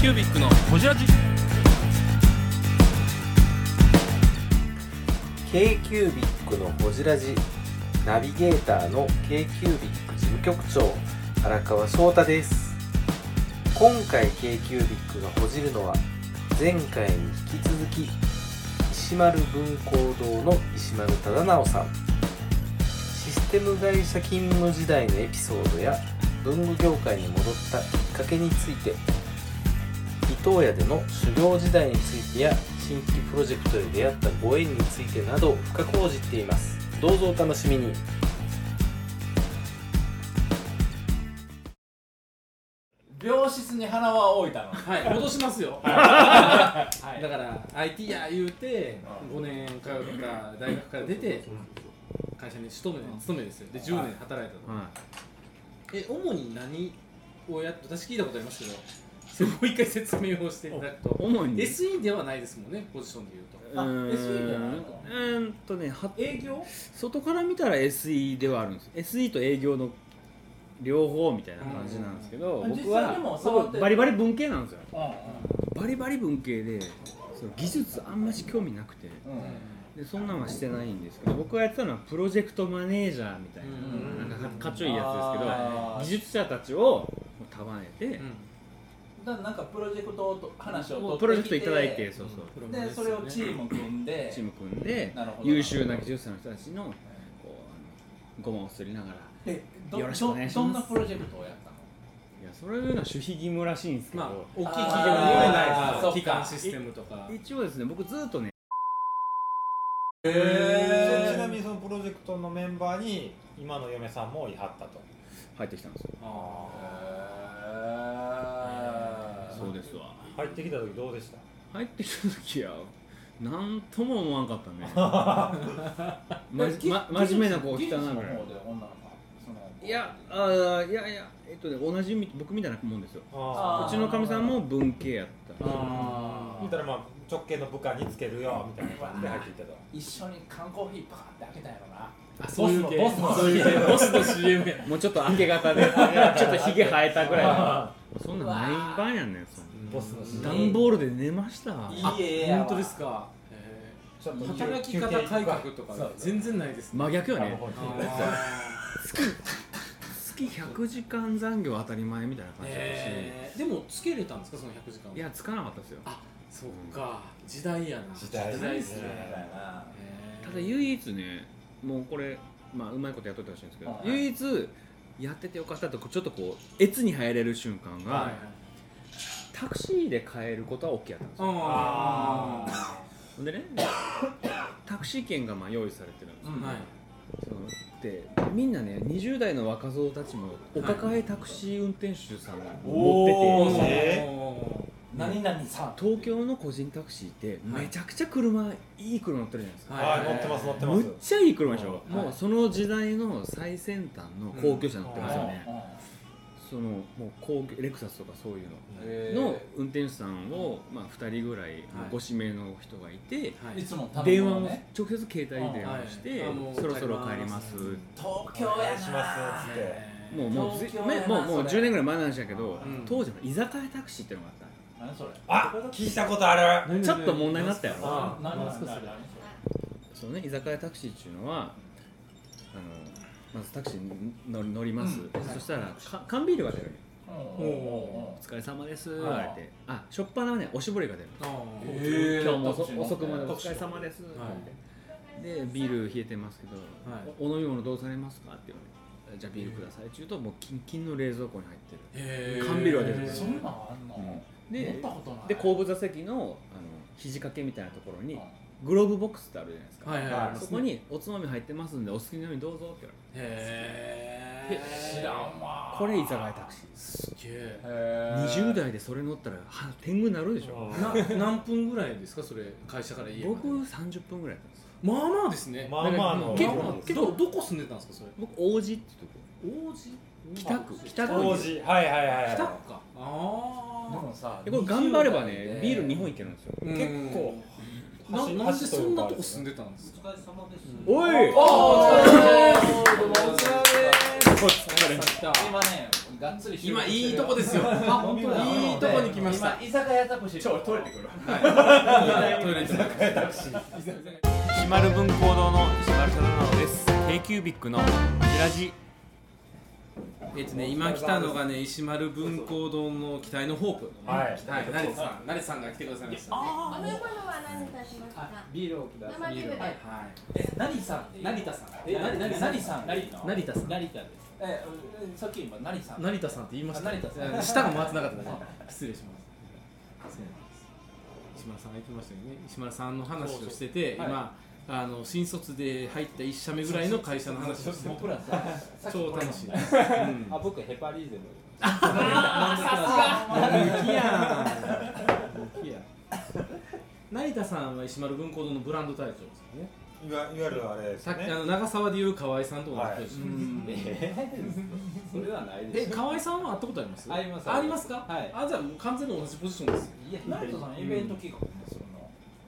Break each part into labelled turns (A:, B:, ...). A: キュービックのホジラジ
B: k q u b i c のほじラジナビゲーターの k q u b i c 事務局長荒川翔太です今回 k q u b i c がほじるのは前回に引き続き石丸文工堂の石丸忠直さんシステム会社勤務時代のエピソードや文具業界に戻ったきっかけについて伊東屋での修行時代についてや新規プロジェクトで出会ったご縁についてなど深く報じっていますどうぞお楽しみに
C: 病室に花は置いたの
D: はい、 戻しますよ。
C: い
D: だから IT や言うて5年通った大学から出て会社に勤め勤めですよ。で10年働いたと。え主に何をやっ私聞いたことありますけど、それもう一回説明をしていただくと、
E: 主に
D: SE ではないですもんねポジションで言うと。
E: うーん
C: SE じゃないうの
E: ーんとねは
C: 営業
E: 外から見たら SE ではあるんですよ SE と営業の両方みたいな感じなんですけど
C: うん
E: 僕
C: 実際
E: は
C: でも触って
E: 僕バリバリ文系なんですよ
C: うん
E: バリバリ文系でその技術あんまし興味なくて
C: うん
E: でそんなんはしてないんですけど僕がやってたのはプロジェクトマネージャーみたい
D: うん
E: ななんかかっちょいいやつですけど
C: あー
E: 技術者たちを束ねて
C: だからなんかプロジェクトと話
E: も
C: を
E: うプロ
C: 取
E: ジェクトい
C: ってきて
E: ただいてそうそう
D: プロモで
C: です
D: よね
C: それをチーム組んで
E: チーム組んで
C: なるほど
E: 優秀な技術者の人たちのこうあのゴマをすりながら
C: えど
E: よろしくお願いし
C: ど
E: ます
C: んなプロジェクトをやったの
E: いやそれいうのは守秘義務らしいんですけど、
D: まあ大きい
C: あー
D: 企業にはない
C: あーそっか
D: 機関システムとか。
E: 一応ですね僕ずっとね
F: ちなみにそのプロジェクトのメンバーに今の嫁さんもいはったと
E: 入ってきたんですよ
C: へー
E: そうですわ
F: 入ってきた時どうでした
E: 入ってきた時はなんとも思わんかったねま じま真面目な子来たなぐらい
C: 技術の方で女の子その
E: いやあーいやいやえっとね同じみ僕みたいなもんですよ
C: あー
E: うちのかみさんも文系やった
C: あー
F: 見たらまあ直系の部下につけるよみたいな感じで入っていったと
C: 一緒に缶コーヒーパカって開けたんやろな
D: あそういう系
C: ボスの
D: そういう系ボスの CM や。
E: もうちょっと明け方でちょっとひげ生えたぐらいそんなん毎晩やねんそんな
F: ボスの指
E: 段ボールで寝ましたわ
C: いい絵やわ
D: 本当ですか。へ
F: ちょっ
D: ー
F: と
D: 働き方改革とか
C: そう
D: 全然ないですね。
E: 真逆よ
F: あ
E: ね
F: もう
E: 月100時間残業当たり前みたいな感じだったし、
D: えーでもつけれたんですかその100時間はい
E: やつかなかったですよ
D: あそっか時代やな
F: 時代
D: で
F: ですす
D: ね
F: ね
C: な
D: へー
E: ただ唯一ねもうこれ、まあ、うまいことやっといてほしいんですけど、
C: はい
E: 唯一やっててよかったとこちょっとこう越に入れる瞬間が、
D: はい
E: タクシーで帰ることは OK やったんですよ
D: あ
E: ほんでねタクシー券がまあ用意されてるんです
D: ー
E: よ
D: はい
E: そのでみんなね20代の若造たちもお抱えタクシー運転手さんが持ってて、
F: え
D: お
C: 何々さん
E: 東京の個人タクシーって
D: はい
E: めちゃくちゃ車、い、い車乗ってるじゃないですか
D: ー
F: はい乗ってます乗ってま
E: むっ
F: す
E: ちゃいい車でしょ、
F: はい
E: もうその時代の最先端の高級車乗ってますよね、そのもう高級レクサスとかそういうのの運転手さんを、まあ、2人ぐらいご指名の人がいて、
D: はいい
C: つも頼む
E: 電話
C: の
E: を直
C: ね
E: 接携帯電話して、
D: はいあの
E: そろそろ帰ります、
D: 帰り
C: 東京
F: お願
C: や
F: いし
C: な
F: ますっつって
E: もうもうぜ
C: 東京やな
E: もうもう
C: それ
E: 10年ぐらい前の話だけど、
D: うん
E: 当時の居酒屋タクシーっていうのがあっ
C: 何それ
F: あ聞いたことある
E: たちょっと問題になったよ
D: あ
C: 何
D: 何
C: 何
D: ですかそ
C: 何
D: れ
C: 何
E: そのね居酒屋タクシーっていうのはあのまずタクシーに乗乗ります、
D: うん
E: そしたら、か缶ビールが出るのよ
C: うんうんうんうん
E: お疲れ様です」って言われてあしょっぱなはねおしぼりが出る
D: あー
C: えー
E: 今日も
C: どっち
E: 遅
C: も
E: 遅くまで
C: ど
E: お
C: っち
E: 疲
C: も
E: れ様です、
D: は
E: でビール冷えてますけど、
D: い
E: おお飲み物どうされますかって言われてじゃあビールくださいって言うともうキンキンの冷蔵庫に入ってる、
D: へー
E: 缶ビールが出てくる
C: そんなんあんの持っ
E: で
C: たことない
E: で後部座席のあの肘掛けみたいなところ
C: うん
E: にグローブボックスってあるじゃないですか、
D: はいはいはい
E: そこにおつまみ入ってますんでお好きなようにどうぞって言われて
D: へー
C: 知らんわ
E: これ居酒屋タクシーです
D: すげえ
E: 20
C: 20
E: 代でそれ乗ったらは天狗になるでしょ
F: うん
D: な何分ぐらいですかそれ会社から家まで
E: 僕30分ぐらいだったんですよ
D: まあまあですね
F: まあまあの
D: 結
F: まあまあ
D: 構
F: です
D: 結構どこ住んでたんですかそれ
E: 僕王子ってとこ
D: 王子
E: 北区北区
F: 当時はいはいはい
D: 北区
F: は
D: かああ
C: でもさ
E: でこれ頑張れば
C: 20代
E: ね
C: で
E: ビール2本いけるんですよ
D: 結
F: 結構
D: な
F: 橋
D: なんでそんなと
F: 橋というか
D: こ住んでたんですか
E: おい
C: おーお疲れ様です
D: お疲れ様です
C: どうもお疲れ様です今ね、がっつり収録
D: 今
C: してる
D: いいとこですよ。あ、本当だ。いいとこに来ました。
C: 今居酒屋タクシー。ちょ、トイレてくる。
D: トイレ行ってます
G: 石丸文工堂の石丸貞直です k q b i c のこじらじ
D: えっとね、今来たのがね、石丸文工堂の期待のホープ。
G: はい
D: はい、成田さん、成田さんが来てくださいました。
H: お飲み物は何にいたしますか
C: ビールをください。
H: 生ビールで
C: はい
D: い。
C: え、何さん、成田さん。え、何、何、何さん。成田。
D: 成田さん
C: 成田です。え、うんさっき今成さん。
D: 成田さんって言いました。
C: あ成田さん
D: 舌が回ってなかっただけ。失礼します。そうなんです石丸さんが言ってましたよね。石丸さんの話をしてて、
C: そうそう
D: 今。あの新卒で入った一社目ぐらいの会社の話をしてる
C: 僕らさ、さっき
D: 超
C: これ
D: 楽しい。
C: 飲ん
D: う
C: だ
D: ん
C: あ、僕ヘパリーゼの。
D: 抜きやん抜きや成田さんは石丸文庫堂のブランド隊長ですよね
G: いわいわゆるあれです
D: さ
G: よ
D: っき
G: ね
D: あの長澤でいう河合さんと同じ人ですよ、
C: えー、それはない
D: え
C: です。
D: 河合さんは会ったことあります
C: あります
D: ありますか
C: はい
D: あじゃあもう完全に同じポジションですよ
C: いや、成田さんイベント企画もするの。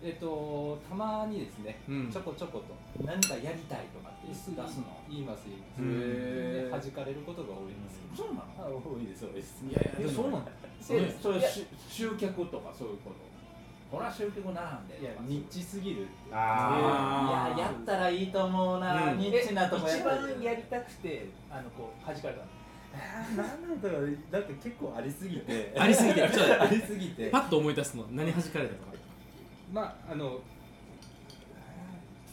C: えっと、たまにですね、
D: うん
C: ちょこちょこと何かやりたいとかって出すの言います言います
D: へー
C: で弾かれることが多いんですけどそうなの多いです多いです
D: いやいやで
C: え
D: も
C: そうなの
D: そうです
C: えそれし集客とかそういうことほら集客なんでいやニッチすぎる
D: あー
C: いややったらいいと思うな、
D: うん
C: ニッチなとこやった
I: 一番やりたくてあのこう弾かれたの
C: なんなんだろうだって結構ありすぎて
D: あり すぎてちょっと
C: ありすぎて
D: パッと思い出すの何弾かれたとか
C: まああの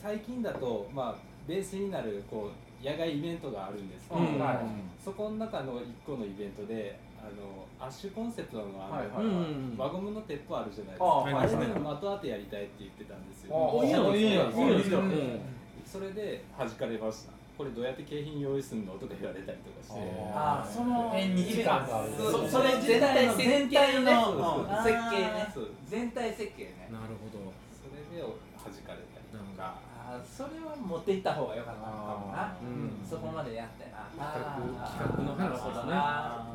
C: 最近だとまあベースになるこう野外イベントがあるんですけど、
D: うん
C: はいそこの中の一個のイベントであのアッシュコンセプトのあの、
D: はいはいうん
C: 輪ゴムの鉄砲あるじゃないです
I: あ
C: か。
I: はい
C: あ
I: はい
C: れでも後々やりたいって言ってたんですよ。
I: あ
D: いいのいいのいいのいいの
C: うん
D: うん
C: それで弾かれました。これどうやって景品用意するのとか言われたりとかして。
I: ああその
C: 縁日感がある
I: そ
C: そ
I: そ
C: れ
I: れ
C: 全
I: 全
C: 体
I: 体
C: の
I: 設計
C: そうそ
I: の
C: うそう
I: 設計ね
C: そう
I: 全体設計ね
D: なるほど
C: それで弾かれたりとか。
I: あーそれは持っていった方が良かったのかもな
D: うん
I: そこまでやってな
D: 画
I: あー
D: 企画の話ですね
I: なるほどな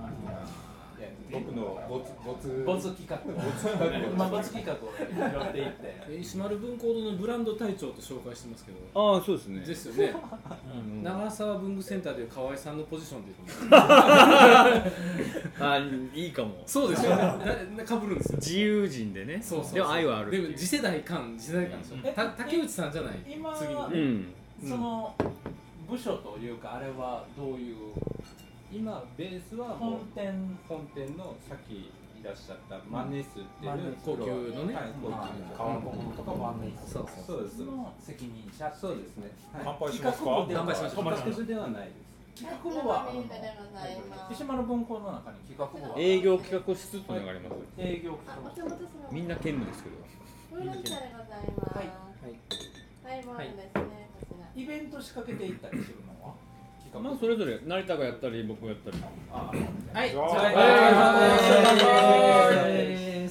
G: 僕のボツボツ
I: ボツ企画をまあボツ企画をやっていって
D: え石丸文庫堂のブランド隊長と紹介してますけど
E: ああそうですね
D: ですよね長沢文具センターでいう河合さんのポジションで
E: あいいかも
D: そうですよねかぶるんですよ
E: 自由人でね
D: そうそうそう
E: でも愛はあるって
D: で
E: いう
D: も次世代感次世代感でしょ、
I: え
D: た竹内さんじゃない
I: 今は
D: 次の
E: う
D: ね
E: ん
D: うん
I: その部署というかあれはどういう
C: 今ベースはもう
I: 本店
C: 本店のさっきいらっしゃったマネスっていう
I: マネス
D: 高級のね
C: はい高級
G: 乾杯
I: とかもあんねん
D: そう
C: そうです
I: の責任者
C: そうですね
G: 乾杯しま
I: 企
G: す
I: 画
G: か
I: 部で
D: 乾杯しましょう
C: 企画部ではないです
I: 企画部はあ
H: 生
I: の
H: ビールでございます
I: 石丸文庫の中に企画部は
E: 営業企画室っていうのがあります
I: 営業
H: あ
I: 企画
H: お手元その
E: みんな兼務ですけど
H: ウーロン茶でございます
I: はい
H: はいはいもうですねこちら
I: イベント仕掛けていったりするのは
E: まあそれぞれ成田がやったり僕がやったり
D: はいじゃあ
G: はい
D: 乾杯
I: 乾杯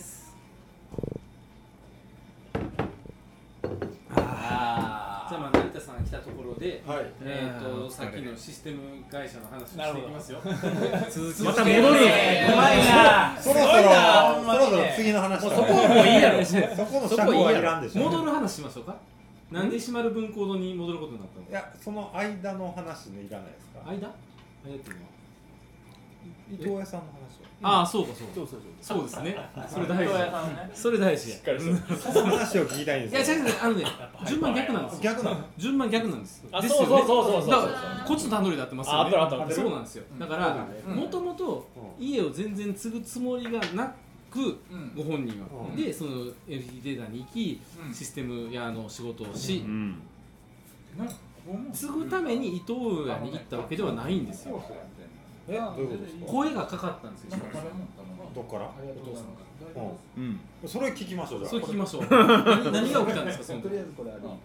D: あーじゃあまあ成田さん来たところで
G: はい
D: えっ、
E: う
D: と
E: ん
D: さっきのシステム会社の話をしていきますよ続き
E: また戻る
I: うまいな
G: そろそろそろそろ次の話だね
E: もういいやろ
G: そこの尺はいらんでしょ
D: 戻る話しましょうかなんで石丸文庫堂に戻ることになったの
G: いやその間の話ねいらないですか
D: 間間っていうのは
G: 伊藤屋さんの話を
D: ああそうかそうかそうですねそれ大事それ大事や
G: その話を聞きたいん
D: い
G: で
D: や違
G: すよ
D: う違うあのね順番逆なんですよ
G: 逆なの
D: 順番逆なんです
I: あ
D: ですよね
I: そうそうそうそうそう
D: だからこっちの段取りで合ってますよね
I: あ合ってる合ってる合ってる
D: そうなんですよだからもともと家を全然継ぐつもりがなく
I: うん
D: ご本人は、
G: うん
D: でその NFT データに行き、
I: うん
D: システムやの仕事をし
E: う、ん
D: 継ぐために伊藤屋に行ったわけではないんですよ
G: えどういうことですか
D: 声がかかったんですよ
G: どっから
D: お父さんが
G: う
E: うん
G: んそれ聞きましょうじゃあ
D: それ聞きましょう何何が起きたんですかその
C: と
D: 時
C: りあえずこれあの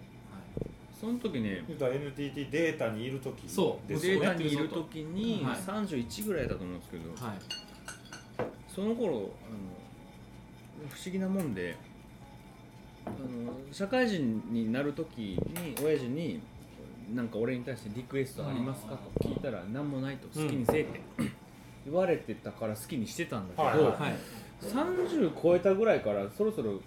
E: その時ね
G: 言うたら NTT データにいる時
D: そう
G: です
E: デ
G: よ
E: ータ
G: ね
E: にいる時に
D: はい
E: 31ぐらいだと思うんですけど
D: はい
E: その頃あの不思議なもんであの社会人になる時に親父に「なんか俺に対してリクエストありますか?」と聞いたら「何もない」と「好きにせえ」って言われてたから好きにしてたんだけど、
G: はいはい
D: はい
E: 30超えたぐらいからそろそろなんか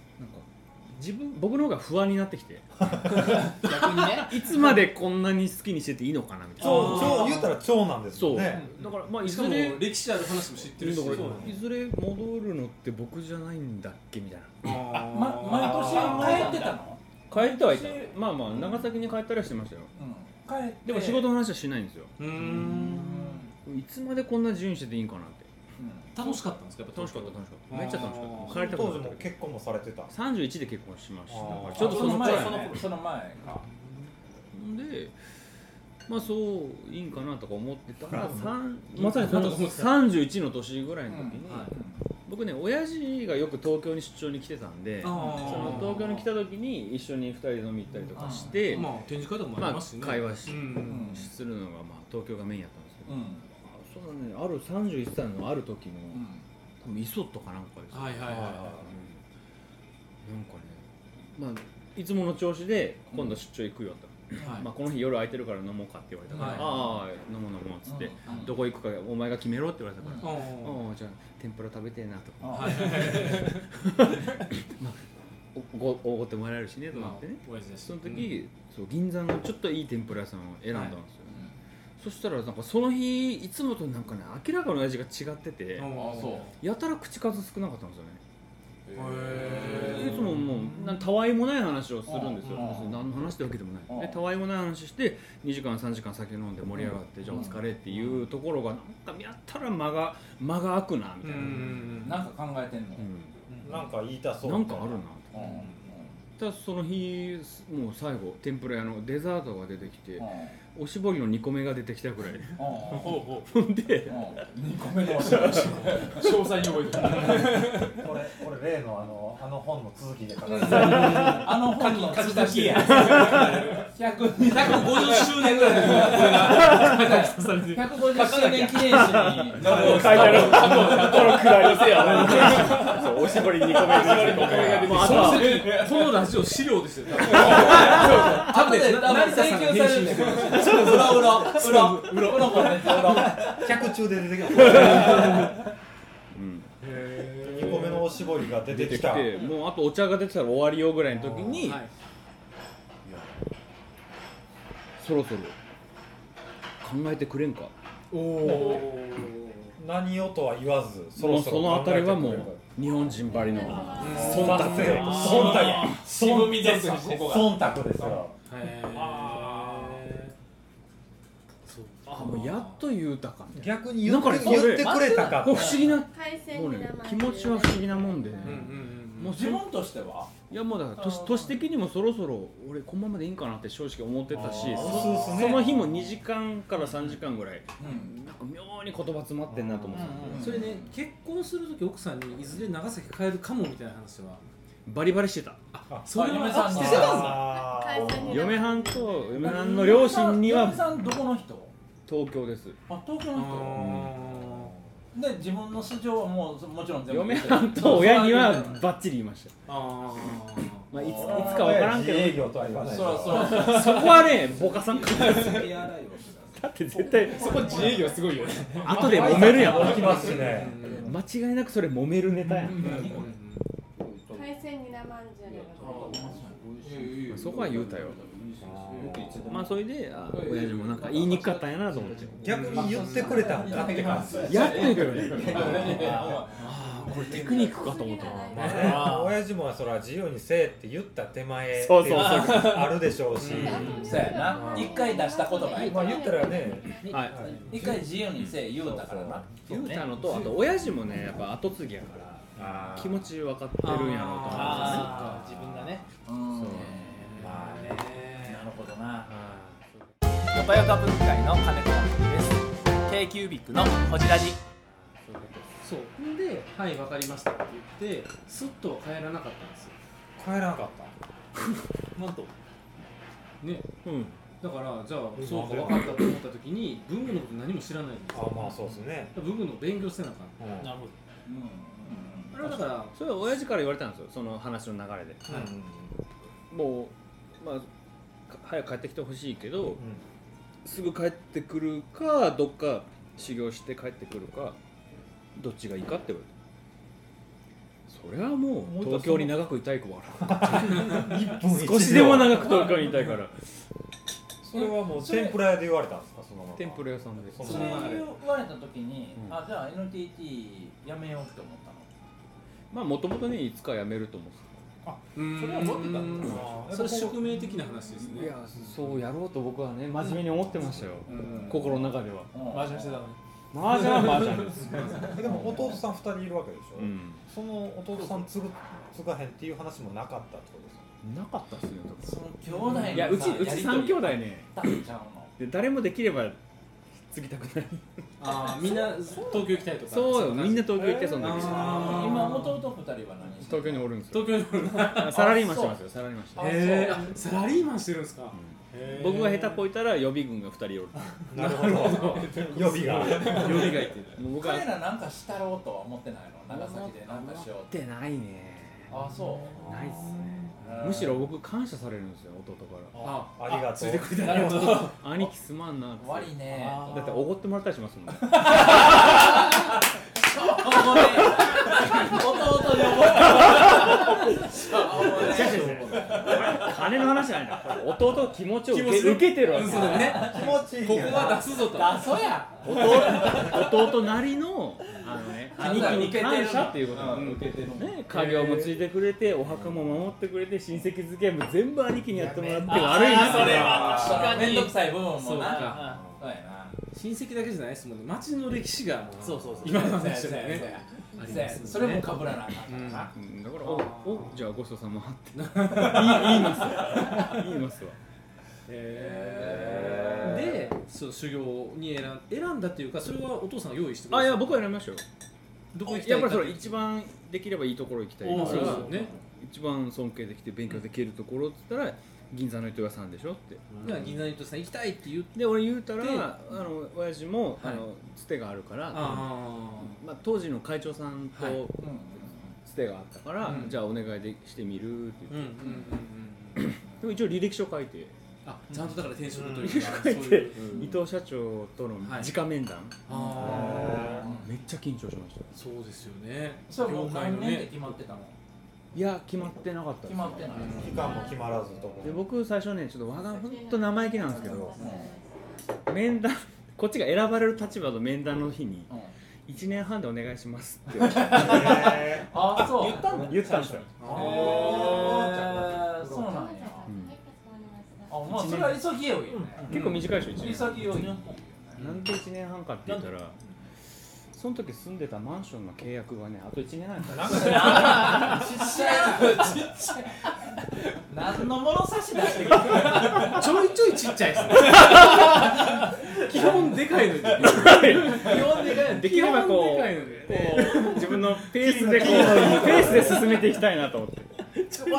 E: 自分僕の方が不安になってきて
I: 逆にね
E: いつまでこんなに好きにしてていいのかなみたいな
F: 長長言うたら長なんです
E: そ
F: よ
E: う
F: ね
E: だからまあい
D: し
E: ず
D: かも
E: れ
D: 歴史ある話も知ってるし
E: だからいずれ戻るのって僕じゃないんだっけみたいな
D: あ
J: ま、毎年帰ってたの
E: 帰ってはいたまあまあ長崎に帰ったりはしてましたよ
J: うん帰って
E: でも仕事の話はしないんですよ
D: うー
J: うんん
E: いつまでこんな自由にしてていいんかなって
D: 楽しかったんですかやっぱ
E: 楽しかった楽しかっためっちゃ楽しか
D: あ
E: った
D: ー
E: 帰りたく
F: 当
E: な
F: 時
E: かった
F: も
E: け
F: 結婚もされてた
E: ど31で結婚しました
F: あー
E: ちょっとその前
J: その前その前か
E: でまあそういいんかなとか思ってたら三
D: うん
E: まさにそ
D: な
E: の
D: んとか思ってた
E: 31の年ぐらいの時に、
J: うん
D: はい
E: 僕ね親父がよく東京に出張に来てたんでそ
D: あー
E: の東京に来た時に一緒に2人で飲み行ったりとかして、
D: まあ展示会とかも
E: ま
D: あ
E: あ
D: りますしね、
E: 会話し
D: うん
E: するのがまあ東京がメインやったんですけど、
J: うん
E: そうだねある31歳のある時の、
J: うん
E: 多分イソットかなんかですよ
D: はいはいはいは
E: なんかねまあいつもの調子で今度出張行くよと、
D: いはい
E: まあ、この日夜空いてるから飲もうかって言われたから、
D: はい
E: ああ飲もう飲もうっつって、どこ行くかお前が決めろって言われたから、
D: あー
E: ああじゃあ天ぷら食べてえなとか、
J: はい
E: おごおごってもらえるしねと思
D: ま
E: ってね、
D: あ親父だし
E: その時、そう銀座のちょっといい天ぷら屋さんを選んだんですよ、そしたらなんかその日いつもとなんかね明らかに味が違ってて、
D: うんあーそう
E: やたら口数少なかったんですよね
D: へ
E: いつももうなんたわいもない話をするんですよ
J: うん
E: 別に何の話ってわけでも
J: うん
E: ないでたわいもない話して2時間3時間酒飲んで盛り上がってじゃあお疲れっていうところがなんかやったら間が間が空くなみたいな、
J: なんか考えてんの
F: なんか言いたそう
E: なんかある
J: うん
E: な
J: うん
E: ただその日もう最後天ぷら屋のデザートが出てきて
J: うん
E: おしぼりの2個目が出てきたぐらい
J: うん
D: ほうほ
E: ほんで
J: 2個目のおしぼり
D: う詳細に覚えて る
F: これこれ例のあのあの本の続きで書かれてる
J: あの本の書き出 しや150
D: 150周年ぐらいのこれが書き足されてる
J: 周年記念誌に
I: 書いてある
B: そうおしぼり2個目
D: まあその時このラジオ資料ですよ
J: あとで多分請求されるんだけどうろうろうろうろうろこれうろ
F: 客中で出てきた
E: うん
F: 2個目のおしぼりが出てきた
E: でもうあとお茶が出てたら終わりよぐらいの時に、
D: はい
E: そろそろ考えてくれんか
D: おお
F: 何をとは言わずそ
E: も
F: ろ
E: う
F: そ
E: そ
F: ろ
E: のあたりはも
F: 考
E: う日本人ばりの
F: えてくれる忖度忖度
I: 渋みですよここが
F: 忖度ですよ
D: へえ
E: あもうやっと言うたかみたい
F: 逆に言って
E: なんかね
F: 言ってくれた
E: な
F: か
E: これ不思議なも
H: 海鮮
E: う
H: に
E: ね
H: 名前
E: 気持ちは不思議なもんで、
D: うんうんうん
E: もう
J: 自
E: 自分
J: 分としてはい
E: やもうだから年年的にもそろそろ俺このままでいいんかなって正直思ってたしそ
F: 薄々ね
E: その日も2時間から3時間ぐらい
J: うん
E: なんか妙に言葉詰まってんなと思ってたんで
J: うんうん
D: それね結婚する時奥さんにいずれ長崎帰るかもみたいな話は
E: バリバリしてた
D: それは
J: 嫁さんに
D: あしてたんだ
F: あー
H: 海鮮に名前
E: 嫁はんと嫁はんの両親には
J: 嫁さんどこの人
E: 東京です
J: あ東京
D: あ
J: の
D: ー
J: 人で自分の素性はもうもちろん全部
E: 嫁はん と親にはバッチリ言いました、
D: あ
E: まあ、いついつかわからんけど
F: 自営業とは言わない
J: そらそら
E: そこはね、ボカさんかだって絶対、そこ
D: 自営業すごいよね
E: 後で揉めるやん。
F: 起きますしね
E: 間違いなくそれ揉めるネタやん。
H: 海鮮に名前じゃなかった
E: そこは言うたよ。まあそれで、あ親父もなんか言いにくかったんやなと思って。
F: 逆に言ってくれたんだって感じ
E: やってんけどね。ああ、これテクニックかと思ったわ。
F: まあね親父もそら自由にせえって言った手前
E: そうそうそう
F: っていうのもあるでしょうし
J: そうやな一回出した言葉や
F: まあ言ったらね
E: はい。
J: 一回自由にせえ言うたからな
E: 言うたのと、あと親父もね、やっぱ後継ぎやから、気持ち分かってるんやろうと思ってたね。
I: あー自分がね
J: うん
I: まあね
J: なるほどな
I: 元ヨガ文会の金子です k キュービックのホジラジ
D: そうんで「はいわかりました」って言ってすっとは帰らなかったんですよ
F: 帰らなかっ
D: なんとね
E: うん。
D: だからじゃあそうか分かったと思った時に文具のこと何も知らないんです
F: たあまあそうですね
D: 文具の勉強してなあかっ
F: うん
I: なるほど
D: たあれはだから
E: それは親父から言われたんですよ、その話の流れで。もう、まあ、か早く帰ってきてほしいけど、すぐ帰ってくるかどっか修行して帰ってくるかどっちがいいかって言われそれはもう東京に長くいたいから少しでも長く東京にいたい から
F: それはもう天ぷら屋で言われたんですかそのまま
E: 天ぷら屋さんです
F: そ
E: そ
F: ん
E: う
F: な
E: で
C: それ言われた時に、
E: うん
C: あじゃあ NTT やめようって思ったの
E: まあもともとねいつか辞めると思って
C: それは思ってたんだ
F: あー
D: それ宿命的な話です
E: たい
D: ね
E: やそうやろうと僕はね真面目に思ってましたよ
C: うん
E: 心の中では
C: うん
J: マージャンしてたのに
E: 麻雀は麻雀です
F: えでも弟さん二人いるわけでしょ、
E: うん
F: その弟さん継ぐ継がへんっていう話もなかったってことですか
E: なかったっすねと
C: その兄弟のさ
E: かいやうちうち3兄弟ね
C: やりとりちゃうの
E: で誰もできれば継ぎたくない
D: あーみんな東京行きたいとか
E: そうよみん
D: な
E: な東京行ってそんな
D: あー
C: 今弟二人は何して
E: 東京
C: る
E: におるんですよ
D: 東京におるな
E: サラリーマンしてますよサラリーマンしてます
D: へえサラリーマンしてるんですかへー
E: 僕が下手こいたら予備軍が2人おる
F: なるほど予備が
E: 予備がいてもう僕は
C: 彼らなんかしたろうとは思ってないの長崎でなんかしようって
E: てないね
C: あそう
E: ないっすねむしろ僕感謝されるんですよ弟か
D: あ
F: ありが
D: つ
F: とう
D: いてくれて
C: なるほど
E: ら兄貴すまんなって
C: 悪いね
E: だっておごってもらったりしますもん ね
C: おごれ弟におごれ
E: 金の話じゃないなこれ弟の気持ちを受け受けてるわけ
D: そうだね
F: 気持ちいい
D: こ
F: けど
D: こは出すぞと
C: あそうや
E: 弟弟なりのあの、ね、
C: なん
E: 兄
C: だ
E: 貴に感謝っていうことなん
C: うん受けてるの
E: ね家業もついてくれてお墓も守ってくれて親戚付き合いも全部兄貴にやってもらって悪いな
C: あそれ
E: は
C: は確かに面倒くさい部分もな
D: そうか
C: そうやな
D: 親戚だけじゃないですもんね町の歴史が
C: そうそうそう
D: 今の話だよね
C: そうやそうやそうやそれもかぶらなあかったからな
E: だからおおじゃあごちそうさまって 言い言いますわ言いますわ
D: でそう修行に選ん選んだっていうかそれはお父さんが用意してくれ
E: あ
D: た
E: いや僕は選びましたよ
D: どこ行きた
E: やっ
D: い
E: ぱ
D: か
E: りそれ一番できればいいところ行きたい
D: お
E: か
D: ーそうですよ
E: ら
D: ね
E: 一番尊敬できて勉強できるところって言ったら銀座の糸屋さんでしょって
D: だから銀座にとさん行きたいって言って
E: で俺言うたら
D: で
E: あの親父もあ
D: は
E: のつてがあるから
D: あ
E: まあ当時の会長さん
D: はい
E: と
C: うん
E: つてがあったから
D: うん
E: じゃあお願いでしてみるって言
D: う
E: っ
D: んうんうん うん
E: てでも一応履歴書書いて
D: あちゃんとだから転職というか
E: 書い
D: そうい
E: て
D: う
E: 伊藤社長との
D: はい
E: 直面談
D: ああ
E: めっちゃ緊張しました
D: そうですよね
C: それも
D: 業
C: う
D: 界の
C: 何年で
D: ね
C: 決まってたの
E: いや決まってなかったです
C: 決まってない
F: 期間も決まらずとも
E: で僕最初ねちょっとわがほんと生意気なんですけど
C: う
E: 面談こっちが選ばれる立場の面談の日に
C: んうん
E: 1年半でお願いしますって
F: へ
C: あそう
E: 言ったんだ言ったんですよ
C: へーそうなんやあまあそれは急ぎよよね
E: 結構短いでしょ
C: 急
E: 1年
C: ぎよ
E: 半
C: よね
E: なんで1年半かって言ったらその時住んでたマンションの契約がねあと1年半やったんですよ
C: ちっちゃいちっちゃい何の物差し出してくる
D: ちょいちょいちっちゃいですね 基本でかいのに
C: 基本でかい
E: できればこ
D: 基本でかいうので
E: こう自分のペースでこうペースで進めていきたいなと思って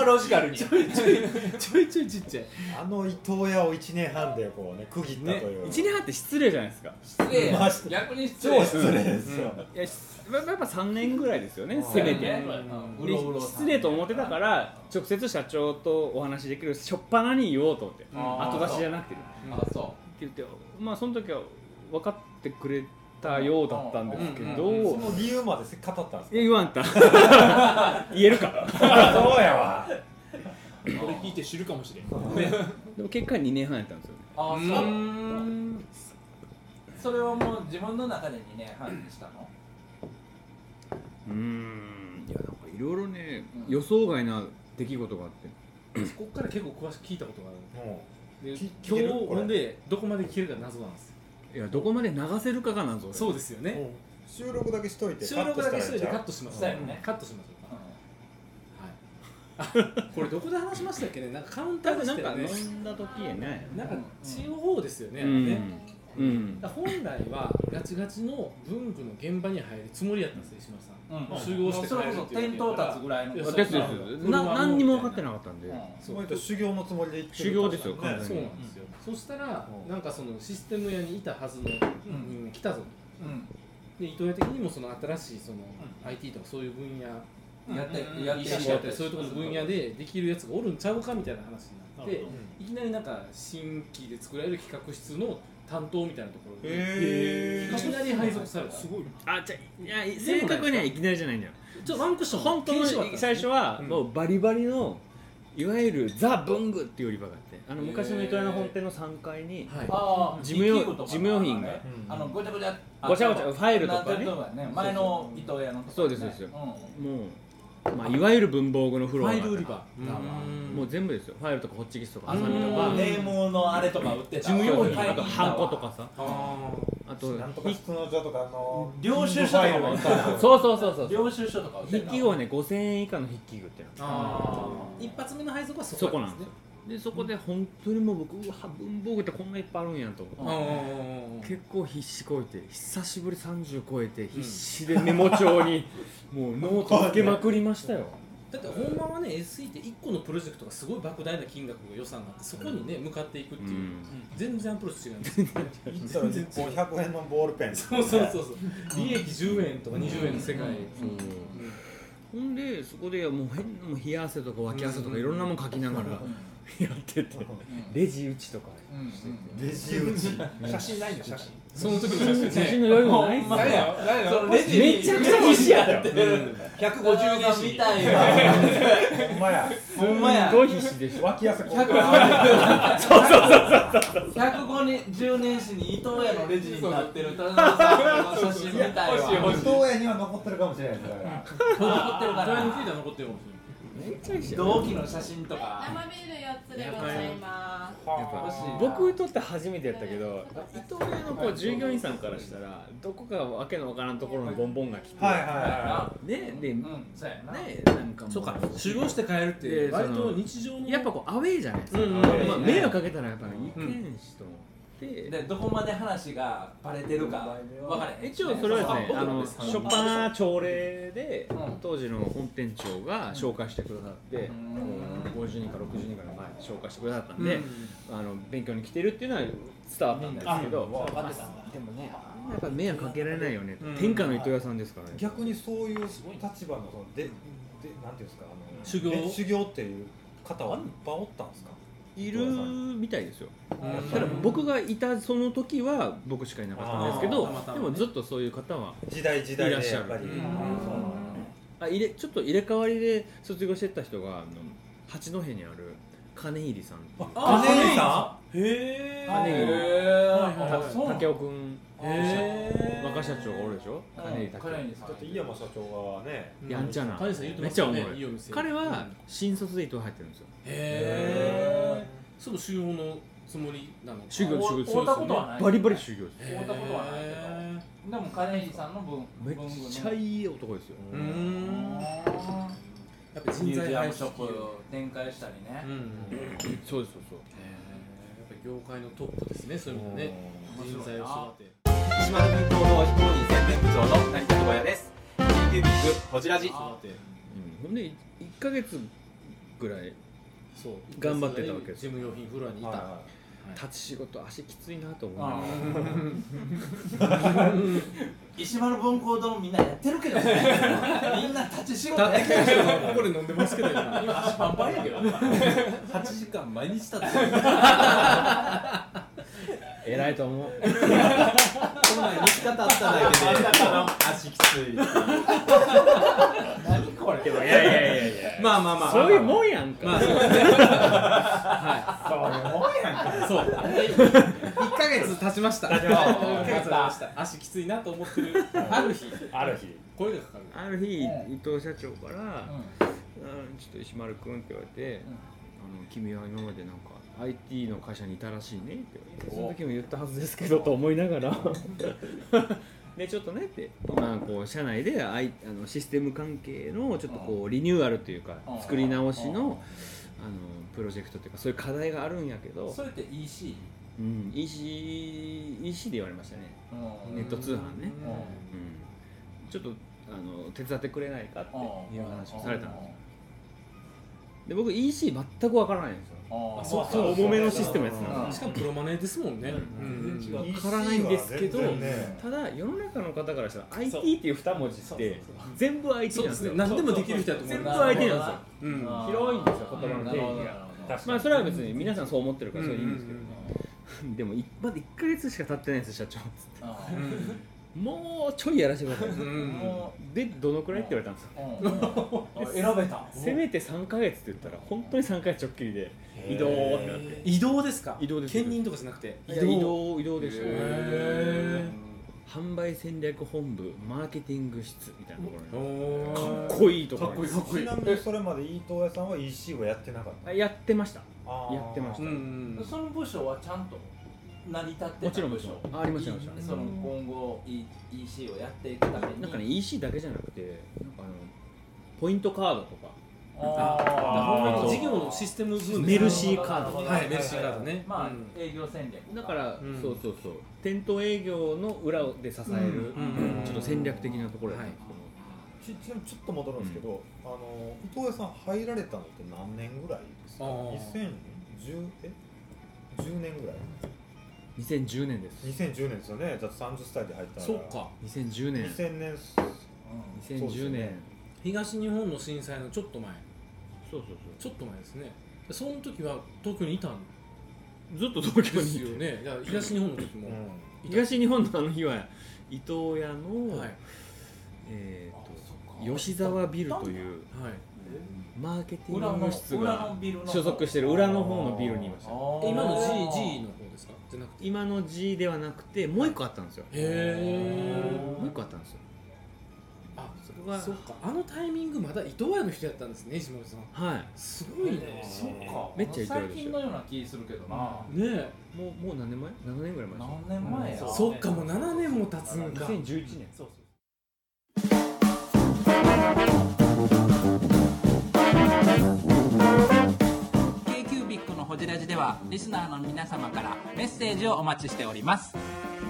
C: ロジカルに
D: ちょいちょいちっちゃい
F: ーあの伊藤屋を1年半でこうね区切ったと
E: ね
F: いう、
E: 1年半って失礼じゃないですか
C: 失礼
F: マジで
C: 逆に失
F: 超
C: 礼
F: 失礼ですよ、
E: いやしやっぱ3年ぐらいですよねせめて
C: ねうろうろ
E: で失礼と思ってたから直接社長とお話しできる初っ端に言おうと思って
C: あー
E: 後出しじゃなくてって
C: あそ
E: 言ってまあその時は分かってくれたようだったんですけど、
D: うん
E: い
F: その理由まで語ったんですか
E: や言わんた 言えるか
F: そうやわ
C: う
D: これ聞いて知るかもしれん
E: でも結果2年半やったんですよね
C: あ
D: う
C: そう
D: ーん
C: それをもう自分の中で2年半にしたの
E: うーんいやなんかいろいろね
C: うん
E: 予想外な出来事があって
D: そこから結構詳しく聞いたことがある
F: も
D: で
F: き
D: 今
F: 聞ける
D: 日
F: これ
D: ほんでどこまで聞けるか謎なんですよ
E: いやどこまで流せるかがなんぞ
D: そうですよ
F: う
D: ね
F: もう収録だけしといて
D: 収録だけしといて
F: カ
D: カッ
F: ット
D: トします
C: そうやね
D: カットしましょうかはいあこれどこで話しましたっけねなんかカウンタ
E: 多
D: ーで
E: 分
D: し
E: な
D: た
E: ん
D: よ
E: か
D: ね
E: 飲んだ時やね
D: なんか地方ですよね,、
E: うん
D: ね
E: うん、
D: だから本来はガチガチの文具の現場に入るつもりやったんですよ石村さん
C: う
D: 集
C: ん
D: 合して
C: それこそ点灯立つぐらいの
D: いや
E: です
D: そ
E: で
D: う
E: す
D: そう
E: ですな何にも分かってなかったんで、
C: う
F: その人修行のつもりで行ってる
E: 修行ですよ
F: ね
E: 完全に
D: そうなんですよ、そしたら
F: うん
D: なんかそのシステム屋にいたはずの人間来たぞと
C: ん
D: で伊藤屋的にもその新しいその IT とかそういう分野
C: うんやったりやっ
D: EC
C: て
D: だったりそういうところの分野でできるやつがおるんちゃうかみたいな話になっ
J: な
D: て
J: るほ
D: いきなりなんか新規で作られる企画室の担当みたいなところに
F: へ
D: いきなりに配属された
J: すごいな
E: あじゃあいや正確にはいきなりじゃないんだよ
D: ちょっとワンクッション
E: 本当
D: 禁止はあっ
E: の
D: た
E: 最初は
D: ん
E: もうバリバリのいわゆるザ・文具っていう売り場があってあの昔の糸屋の本店の3階に
C: はい
J: ああ
E: 事務用
J: 筆記具とか
E: 事務用品が
J: ねあのごちゃごちゃあ
E: ごちゃごちゃファイルとかね
J: なんていうのね前の伊藤屋のとかね
E: そうですそうです
J: ん
E: もう、まあ、いわゆる文房具のフロアがあった
J: ファイル売り場
E: うんもう全部ですよファイルとかホッチキスとか
J: あ
E: ハサミと
J: の
E: か
J: ネームのあれとか売ってた
E: 事務用
J: そうそう
E: 品あとハンコとかさ
D: あ
E: あと
F: なんとか室の女とかあの
J: 領収書とかも売ってた
E: そうそうそうそう
J: 領収書とか売って
E: 筆
J: た
E: 記具はね5000円以下の筆記具っての
D: ーあー一発目の配属はそ
E: そ
D: こ
E: こ
D: な
E: なんん
D: で
E: ですす
D: ね
E: よでそこで本当にもう僕うわ文房具ってこんないっぱいあるんやと思って
D: うん
E: 結構必死こいて久しぶり30超えて必死でメモ帳にもうノートつけまくりましたよ
D: だって本番はね SE って1個のプロジェクトがすごい莫大な金額の予算があってそこにね向かっていくっていう、
E: うん
D: 全然アプローチ違うんですよ
F: 500円のボールペ ン
D: そうそうそうそう利益10円とか20円の世界、
E: ほんでそこでもう変なもう冷や汗とか脇汗とかいろんなもん書きながらやっててレジ打ちとか
F: レジ打ち
J: 写真ないんだ写真
D: その時の写真
E: 写
D: ね
E: 真の余裕もないっすよ
J: 誰や誰やレジ
E: めちゃくちゃ必死やったよ
J: 150元紙みたいな
F: ほんまや
J: ほんまや
E: すごい必死でした
F: 脇汗こう
J: 150年史に伊藤屋のレジになってる田中さんの写真みたいわ
F: 伊藤屋には残ってるかもしれないですだから
J: 残ってるか
D: ドライブフィ
J: ら
D: ーダー残ってるかもし
E: めっちゃ必死やった
J: 同期の写真とか
H: 生ビール4つでございます
E: やっぱ
J: 欲しいな
E: 僕にとって初めてやったけど伊藤屋のこう従業員さんからしたらどこかわけのわからんところのボンボンが来て、
F: はいは
E: ねで、
J: うん
E: ね
J: そうやな
E: なんかもう
D: そうか修行して帰るって
E: で
D: 割
E: そ
D: と
E: の
D: 日常の
E: やっぱこうアウェーじゃないですか、
D: うんうん
E: まあ、迷惑かけたらやっぱり意
D: うん
E: 見しと思って、
J: でどこまで話がバレてるか分からへん
E: 一応それはですね、あの
J: そうそう
E: 初っ端朝礼で、
J: うん
E: 当時の本店長が紹介してくださって、
J: うん
E: もう50人か60人かの前に紹介してくださったんで、あの勉強に来てるっていうのは伝わったんですけど、まあでもね、あんまやっぱ迷惑かけられないよね、
D: うん
E: 天下の糸屋さんですからね
F: い。逆にそういう立場のそのででなんていうんですかあの
D: 修行
F: で修行っていう方はいっぱいおったんですか
E: いるみたいですよ。
D: うん
E: ただ僕がいたその時は僕しかいなかったんですけど、
D: あーたまたま
E: で
D: ね
E: もずっとそういう方は
F: 時代時代でやっぱり
D: いらっしゃる
F: うんそうなんだ
E: あ入れちょっと入れ替わりで卒業してった人があの八戸にある金入さんっていう
F: あ金井さ
D: んへえ
E: 金井
J: あそうなの
E: 竹雄君
D: へー
E: 若社長がおるでしょ
J: うん
E: 金井竹雄
J: 金井さん
F: だって井山社長がね
E: やんちゃな
D: 金井さん言ってま
E: めっ
D: し
E: ち
D: た
E: ゃお
D: よ
E: も
D: ね
E: ろ
D: い
E: い
D: お店
E: 彼
D: うん
E: は
D: へ
E: 新卒で伊藤入ってるんですよ
D: えその修行のつもりなの
E: 修行
J: お
E: 修行
J: 会うたことはない
E: バリバリ修行です
J: 会うたことはないけどでも金井さんの文
E: めっちゃ
J: い
E: いい男ですよ
D: うーんやっぱ
J: 人
D: 人
J: 材
D: 材配
J: 配
D: 色
J: 色を展開したり
D: う
J: ね
D: ん
E: そうですそうそう
D: やっぱ業界のトップですね、そういうのね。人材を育て。
I: 石丸文庫堂非公認宣伝部長の成田智也です。k q ビッグこちらじ。
D: 育て。
E: うんほんで1ヶ月ぐらい
D: そう。
E: 頑張ってたわけで
D: ですす。事務用品フロアにいた。
F: は
E: 立ち仕事足きついなと思う
J: あ石丸文庫堂みんなやってるけどねみんな立ち仕事やってる
D: ここで飲んでますけど、今足パンパンやけど。
J: 8時間毎日立って
E: 偉いと思う
I: この前見つかったっただけで。足きつい。
J: 何これ
E: いやいやいやいや
D: まあまあまあ。
E: そういうもんやんか、
D: まあそうですね。はい。そういうもんやんか。そう。一ヶ月経ちました。経ちました。足きついなと思ってる。ある日。
F: ある日
D: 声がかかる。
E: ある日、
J: うん
E: 伊藤社長から
J: う
E: 「
J: ん
E: うんちょっと石丸君」って言われて、あの「君は今までなんか IT の会社にいたらしいね」って言われてその時も言ったはずですけどと思いながら でちょっとねって今こう社内で I あのシステム関係のちょっとこうリニューアルというか
J: うん
E: 作り直し
J: うん
E: のあのプロジェクトというかそういう課題があるんやけど
J: そ、れって EC?
E: うん、EC, EC で言われましたね
J: うん
E: ネット通販ね、
J: うん
E: うん、ちょっとあの手伝ってくれないかっていう話をされたんですよで僕 EC 全くわからないんですよ
J: ああ
D: そう
E: そう重めのシステムやつなん
J: うん
E: で
D: しかもプロマネですもんね。うん
E: すわからないんですけど
F: EC は全然ね
E: ただ世の中の方からしたら IT っていう二文字って全部 IT
D: そう
E: なんです
D: で
E: す
D: ね
E: よ。
D: 何でもできる人だと思う。
E: 全部 IT なんですよ
D: うん。
J: あー
E: 広いんですよ言葉の定義がまあそれは別に皆さんそう思ってるからそれでいいんですけどでもいまだ1か月しか経ってないんですよ社長っつって
J: あ
D: うん
E: もうちょいやらせてください、
C: も
E: でどのくらいって言われたんですか
C: う、うん、 選べた
E: せめて3ヶ月って言ったら本当に3ヶ月直近で移動ってなって
D: 移動ですか
E: 移動です
D: 兼任とかじゃなくて
E: いや移動移動でした
D: へ
E: 販売戦略本部マーケティング室みたいなところに
D: お
E: かっこいいところです
F: ちなみにそれまで飯藤屋さんは EC はやってなかった
E: やってました
F: あー
E: やってました、
D: うん
C: その部署はちゃんと成り立ってた
E: もちろんも
C: 部
E: ち
C: 署
E: ろんあありましたありました
C: その今後 E- EC をやっていくために
E: なんかね EC だけじゃなくてなんかあのポイントカードとか
D: ほんま
C: あ
D: に
C: ー
D: 事業のシステム部分
E: メルシーカード
C: なるほど
D: はいメルシーカードね
C: まあ、
D: うん
C: 営業戦略
E: だから、
D: うん
E: そうそうそう店頭営業の裏で支える、
D: うんうん
E: ちょっと戦略的なところやったんです
F: ちちなみにちょっと戻るんですけど、あの伊藤屋さん入られたのって何年ぐらいですか
D: あー
F: 2010え10年ぐらい
E: けど、2010年です
F: 2010年ですよねだって30歳で入ったら
D: そっか
E: 2010年
F: 2000年そうで
E: 2010
F: すよ
E: 年
F: ね
D: 東日本の震災のちょっと前
E: そう,、そう
D: ちょっと前ですねその時は東京にいたん
E: ずっと東京
D: で
E: に
D: す
E: いて
D: よね だから東日本の時も、
E: 東日本のあの日は伊東屋の、
D: はい
E: えーと吉沢ビルという
D: はい
E: マーケティ
C: 裏
E: ン
C: の
E: グ室
C: 裏
E: が
C: のビルの
E: 所属してる裏の方のビルにいました
D: え今の G,
C: G
D: G の方ですかじゃなくて
E: 今の G ではなくてもう一個あったんですよ
D: へ
E: もう一個あったんですよ
D: あ
E: そこが
D: そっかあのタイミングまだ伊藤屋の人やったんですね石森さん
E: はい
D: すごいね
C: そっか
E: めっちゃ行ってるで
C: 最
E: しょ
C: 近のような気するけどな、
D: ねえ
E: もうもう何年前 ?7 年ぐらい前
C: 何年前や、
D: そっかもう7年も経つんか
E: 2011年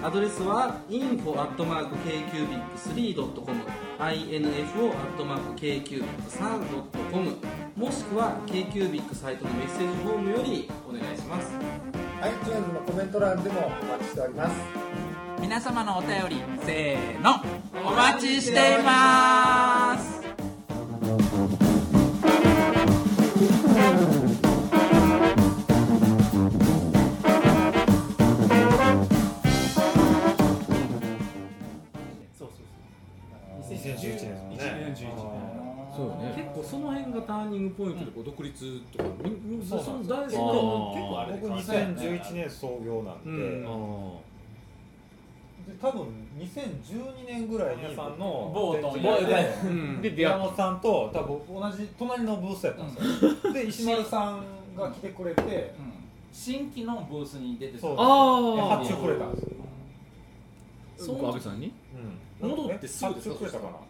G: アドレスは info.kcubic3.com info.kcubic3.com もしくは KQBIC サイトのメッセージフォームよりお願いします
F: はい iTunes のコメント欄でもお待ちしております
I: 皆様のお便りせーのお待ちしています
F: 2011年ですもんね
E: そうよね
D: 結構その辺がターニングポイントでこう独立とか、みみそ
C: そうなん
D: の大
C: 結
D: 好
E: あー
C: 構あれ
F: 僕2011年創業なん
D: う
F: で,、
D: ん
F: で
E: あ
F: 多分2012年ぐらいにさんの
C: ボートン
F: で
C: やね
F: で山本さんと多分同じ隣のブースやったんですよ、 で石丸さんが来てくれて
C: うん新規のブースに出てた
F: そう
E: あ
F: 発注くれたんですよ、
E: そう安倍さんに
F: うん、
D: 戻ってすぐです
F: 発
D: か
F: 注くれたか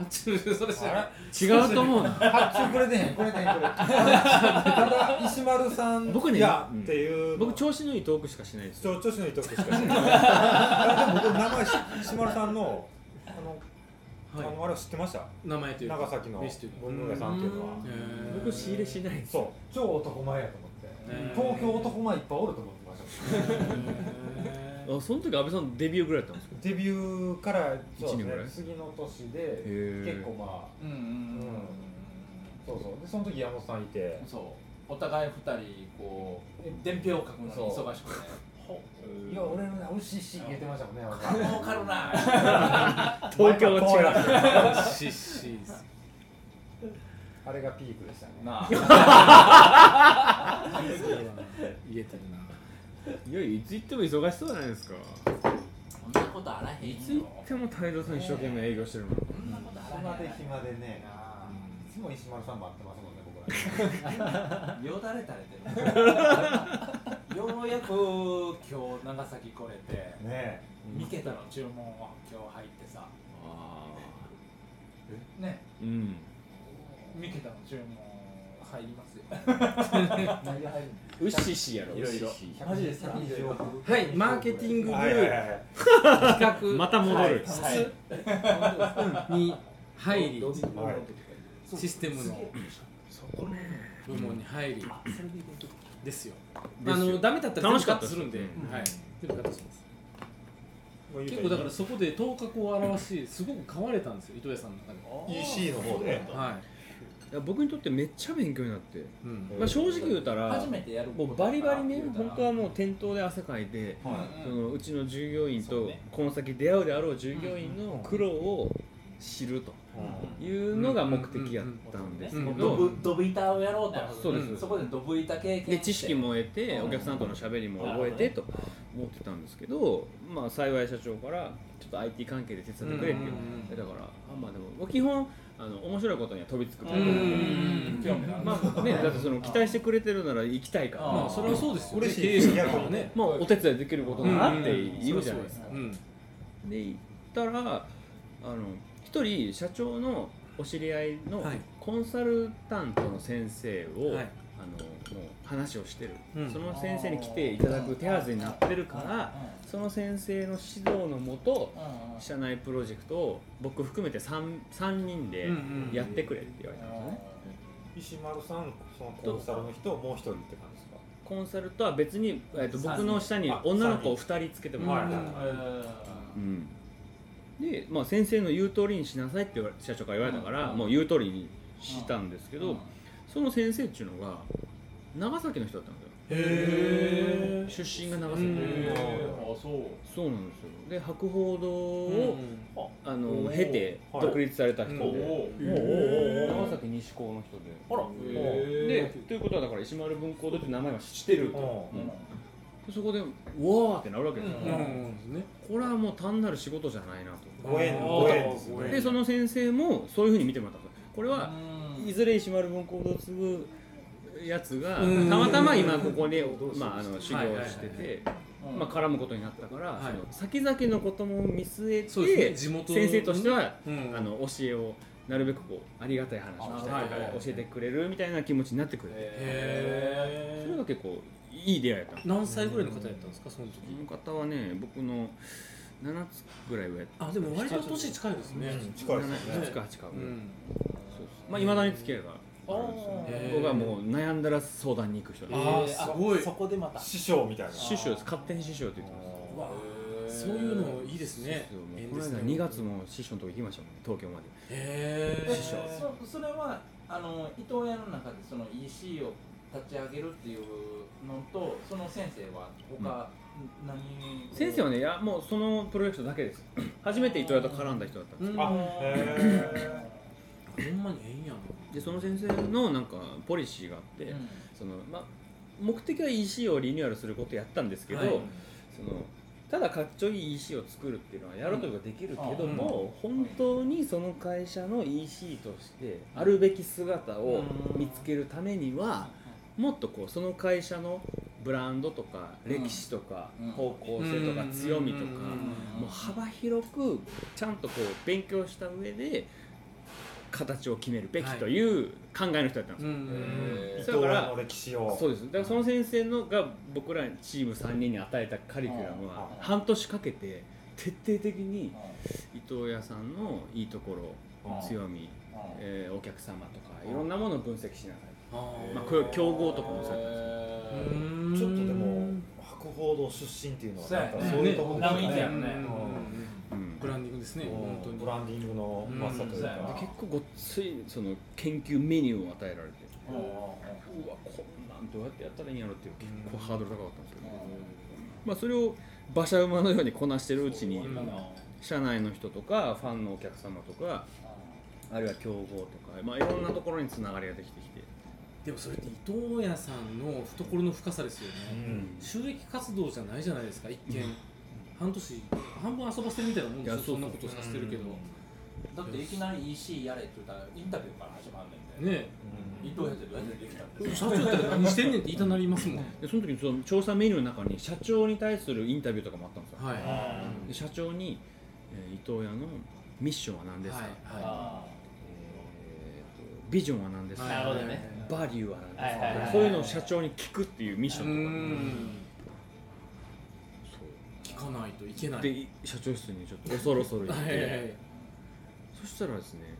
D: 発注それ知らない
E: 違うと思うな
F: な発注くれてへんくれてへんくれてへんただ石丸さん
E: 僕ね
F: いや、
E: うん
F: っていう
E: 僕調子のいいトークしかしないです
F: ちょ調子のいいとこしかしてないあでも僕名前し石丸さんのあの,、あのあれ知ってました
D: 名前というか
F: 長崎の
D: 飯というか
F: 文具屋さんっていうのは
D: へー
E: 僕仕入れしないです
F: そう超男前やと思
D: ね
F: って東京男前いっぱいおると思ってました
D: へー
E: あその時安倍さんデビューぐらいだったんですか
F: デビューからそうで
E: 一年ぐらい
F: すね次の年で
E: へえ
F: 結構まあ
C: うんうんうん
F: そうそうでその時山本さんいて
C: そうお互い二人こう伝票を書くのに忙し くて
F: いや俺のね美味しいし言ってましたもんね
C: あ儲かるな
E: 東京は違う
D: ししです
F: あれがピークでしたね
C: なあ
D: 言えてるない
E: やいつ行っても忙しそうじゃないですか
C: そんなことあらへんよ
E: いつ行っても泰造さん一生懸命営業してるの
C: そんなことあ
F: 暇
C: らへん
F: で暇でねいつも石丸さん待ってますもん ね僕ら
C: よだれ垂れ てるようやく今日長崎来れて
F: ね
C: 三桁の注文は今日入ってさ
E: あ
C: ね
E: ーうん
C: 三桁の注文入りますよ
E: うっしーしーやろ
C: いろいろ
E: うっしーし
C: マジですか
D: はいマーケティング部
F: はいはいはい
D: 企
E: ーまた戻る
D: 画に入り
F: はい
D: システムの部門に入りですよ
E: ですよ
D: あのダメだったら
E: 楽し
D: 全部
E: かった
D: カット
E: です
D: するんで
E: うん
D: はい全部カットします
F: もう言う
D: 結
F: て
D: 構だからそこで頭角を現しすごく買われたんですよ伊藤屋さんの中で
F: EC の方で
D: は
E: いや僕にとってめっちゃ勉強になって、
D: うん
E: まあ、正直言うたら
C: 初めてやる
E: もうバリバリね本当はもう店頭で汗かいて、
C: はい
E: そのうちの従業員
I: そう
E: と
I: ね
E: この先出会うであろう従業員の苦労を知るというのが目的やったんですけ
D: うん
C: ド
E: ど
C: ブドブ板をやろうと
E: そうです
C: こでドブ板経験して
E: で知識も得てお客さんとの喋りも覚えてと思ってたんですけど、まあ、幸い社長からちょっと IT 関係で手伝ってくれっていうだからあまあでも基本あの面白いことには飛びつくタイプなんで
C: うん興味がある
E: まあね、だってその期待してくれてるなら行きたいから、
C: あ
E: ま
D: ま
E: あ、
D: あ
E: そ
D: そ
E: れ
D: れ
E: は
D: は
E: そ
D: そうですよ
F: 嬉しい
D: 経営者だからね
E: うまあお手伝いできることならって言うじゃないですか。
D: うん
E: で行ったらあの一人社長のお知り合いの
D: はい
E: コンサルタントの先生を、
D: はい
E: あのもう話をしてる、
D: うん
E: その先生に来ていただく手はずになってるから、その先生の指導のもと社内プロジェクトを僕含めて 3, 三人でやってくれって言われたんですよね。
F: 石丸さんそのコンサルの人もう一人って感じですか
E: コンサルとは別に、えっと僕の下に女の子を2人つけてもらった、うんで、まあ、先生の言う通りにしなさいって言われ社長から言われたから、もう言う通りにしたんですけど、その先生っていうのが長崎の人だったんですよ出身が長崎そうなんですよで博報堂を、あの経て
F: はい
E: 独立された人で、
F: へー
E: 長崎西高の人で
I: あら
E: でということはだから石丸文庫堂っていう名前は知ってると、でそこでうわーってなるわけですよ、
D: うんうんね
E: これはもう単なる仕事じゃないなと
F: ご縁ご縁ですね
E: でその先生もそういうふうに見てもらったんですよこれはいずれ石丸文庫堂を継ぐやつがた
D: うん
E: またま今ここで、まあ、あの修行をして
D: はい
E: て、まあ、絡むことになったから、
D: はい
E: その先々のことも見据
D: そうで
E: えて、
D: すね地元の
E: 先生としては、
D: うん
E: あの教えをなるべくこうありがたい話をしたりとか、
D: あはいはいはい
E: 教えてくれるみたいな気持ちになってくれて、
D: へ
E: それが結構いい出会いやったんですよ
D: 何歳ぐらいの方やったんですかその時
E: この方はね僕の7つぐらい上
D: あでも割と年近いですね
F: 近いですよ
E: 7か
F: ね
E: 8か
D: う、ん
E: そうそうまあいまだに付き合いがあるんですよね僕はもう悩んだら相談に行く人なんで
D: あーすごい
C: そこでまた
F: 師匠みたいな
E: す師匠です勝手に師匠って言ってます
D: そういうのいいですね
E: そうもう
D: 縁
E: この
D: です
E: 間
D: ね
E: 2月も師匠のとこ行きましたもんね東京まで
D: へえ
C: えそそれはあの伊藤屋の中でその EC を立ち上げるっていうのとその先生は他、何
E: 先生はねいやもうそのプロジェクトだけです初めて伊藤屋と絡んだ人だったんですよ
F: あへ
D: ほんまに縁やな
E: でその先生のなんかポリシーがあって、
C: うん
E: そのまあ目的は EC をリニューアルすることやったんですけど、
D: はい
E: そのただかっちょいい EC を作るっていうのはやることができるけど
C: うん
E: も、本当にその会社の EC としてあるべき姿を見つけるためには、もっとこうその会社のブランドとか
C: ん
E: 歴史とか
C: うん
E: 方向性とか
D: うん
E: 強みとか
D: うん
E: もう幅広くちゃんとこう勉強した上で形を決めるべき
D: はい
E: という考えの人だったんです
D: う
E: よ、
D: ん
F: え伊
E: そ
F: 藤
E: れか
F: 屋
E: ら
F: の歴史を
E: そうですだからその先生のが僕らチーム3人に与えたカリキュラムは
C: うん
E: 半年かけて徹底的に伊藤屋さんのいいところ
C: うん
E: 強み、えーお客様とかいろんなものを分析しなが
D: あー
E: ら、まあ、これを競合とかもされたんですよ
D: うん
F: ちょっとでも白報堂出身っていうのはなんかそういうところ
C: そうやね
F: ね
C: ね
E: うん
D: ブランディングですね本当
F: うん
D: に
F: ブランディングの真
D: う
F: っ
D: ん
F: 先
D: そう
F: だ
C: やな
E: 結構ごっついその研究メニューを与えられて
C: うん
E: うわこんなんどうやってやったらいいんやろっていう結構ハードル高かったんですけど、まあ、それを馬車馬のようにこなしてるうちに
D: うん
E: 社内の人とかファンのお客様とかあるいは競合とか、まあ、いろんなところにつながりができてきて
D: でもそれって伊藤屋さんの懐の深さですよね収益活動じゃないじゃないですか一見半年半分遊ばせるみたいなもんです
E: いや
D: よ
E: そうそう
D: そんなことさせてるけど
C: だっていきなり EC やれって言ったらインタビューから始まんねんで、
D: ね
C: 伊藤やってどうやってできたんです
D: 社長って何してんねんって言いたなりますもん
E: でその時にその調査メニューの中に社長に対するインタビューとかもあったんですよ、
D: はいは
E: で社長に、えー伊藤屋のミッションは何
D: い
E: ですか、
D: は
E: えーとビジョンは何ですか、
D: はいなるほどね
E: バリューは何ですか、
I: はいはいはい
E: そういうのを社長に聞くっていうミッシ
D: い
E: ョ
D: う
E: ンとか
D: ん聞かないといけない
E: で社長室にちょっと恐ろそろ行っ
D: はいはいは
E: て
D: い
E: そしたらですね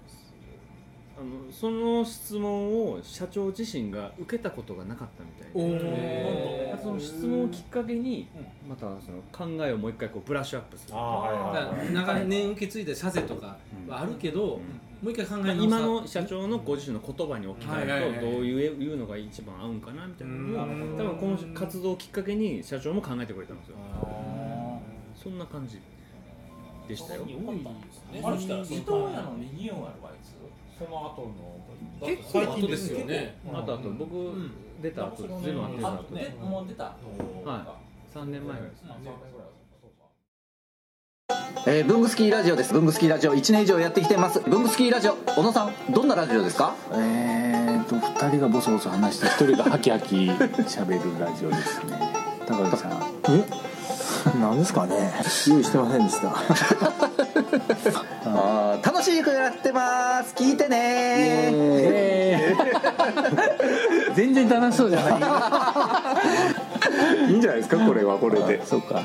E: あのその質問を社長自身が受けたことがなかったみたいで
D: お
E: その質問をきっかけにまたその考えをもう一回こうブラッシュアップする
F: ああはいはいはい
D: 長年受け継いだ社税とかはあるけど、もう一回考え直す
E: 今の社長のご自身の言葉に置き換
D: はいはい
E: え
D: はい
E: る
D: は
E: と
D: い
E: どういう言うのが一番合うんかなみたいなのを
C: うん
E: 多分この活動をきっかけに社長も考えてくれたんですよそんな感じでしたよ
D: 多いですね
C: あれ
D: そしたら
C: 伊藤屋のリニューアルはいつ
F: その後の
E: 結構後
D: ですよね
E: あとあと僕
D: ん
E: 出た後全部あってた
C: あ
E: 後
C: でもう出た
E: は3年前ぐらいです
K: えー、ブングスキーラジオですブングスキーラジオ1年以上やってきてますブングスキーラジオ小野さんどんなラジオですかえーと2人がボソボソ話して1人がハキハキ喋るラジオですね高木さんえなんですかね用意してませんでした あー楽しい曲やってます聞いてね全然楽しそうじゃないいいんじゃないですかこれはこれでそうか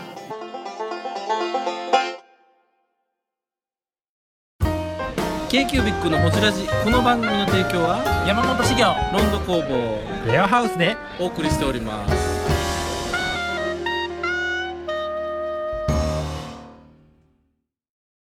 I: 山本修行
D: ロンド工房レアハウスでお送りしております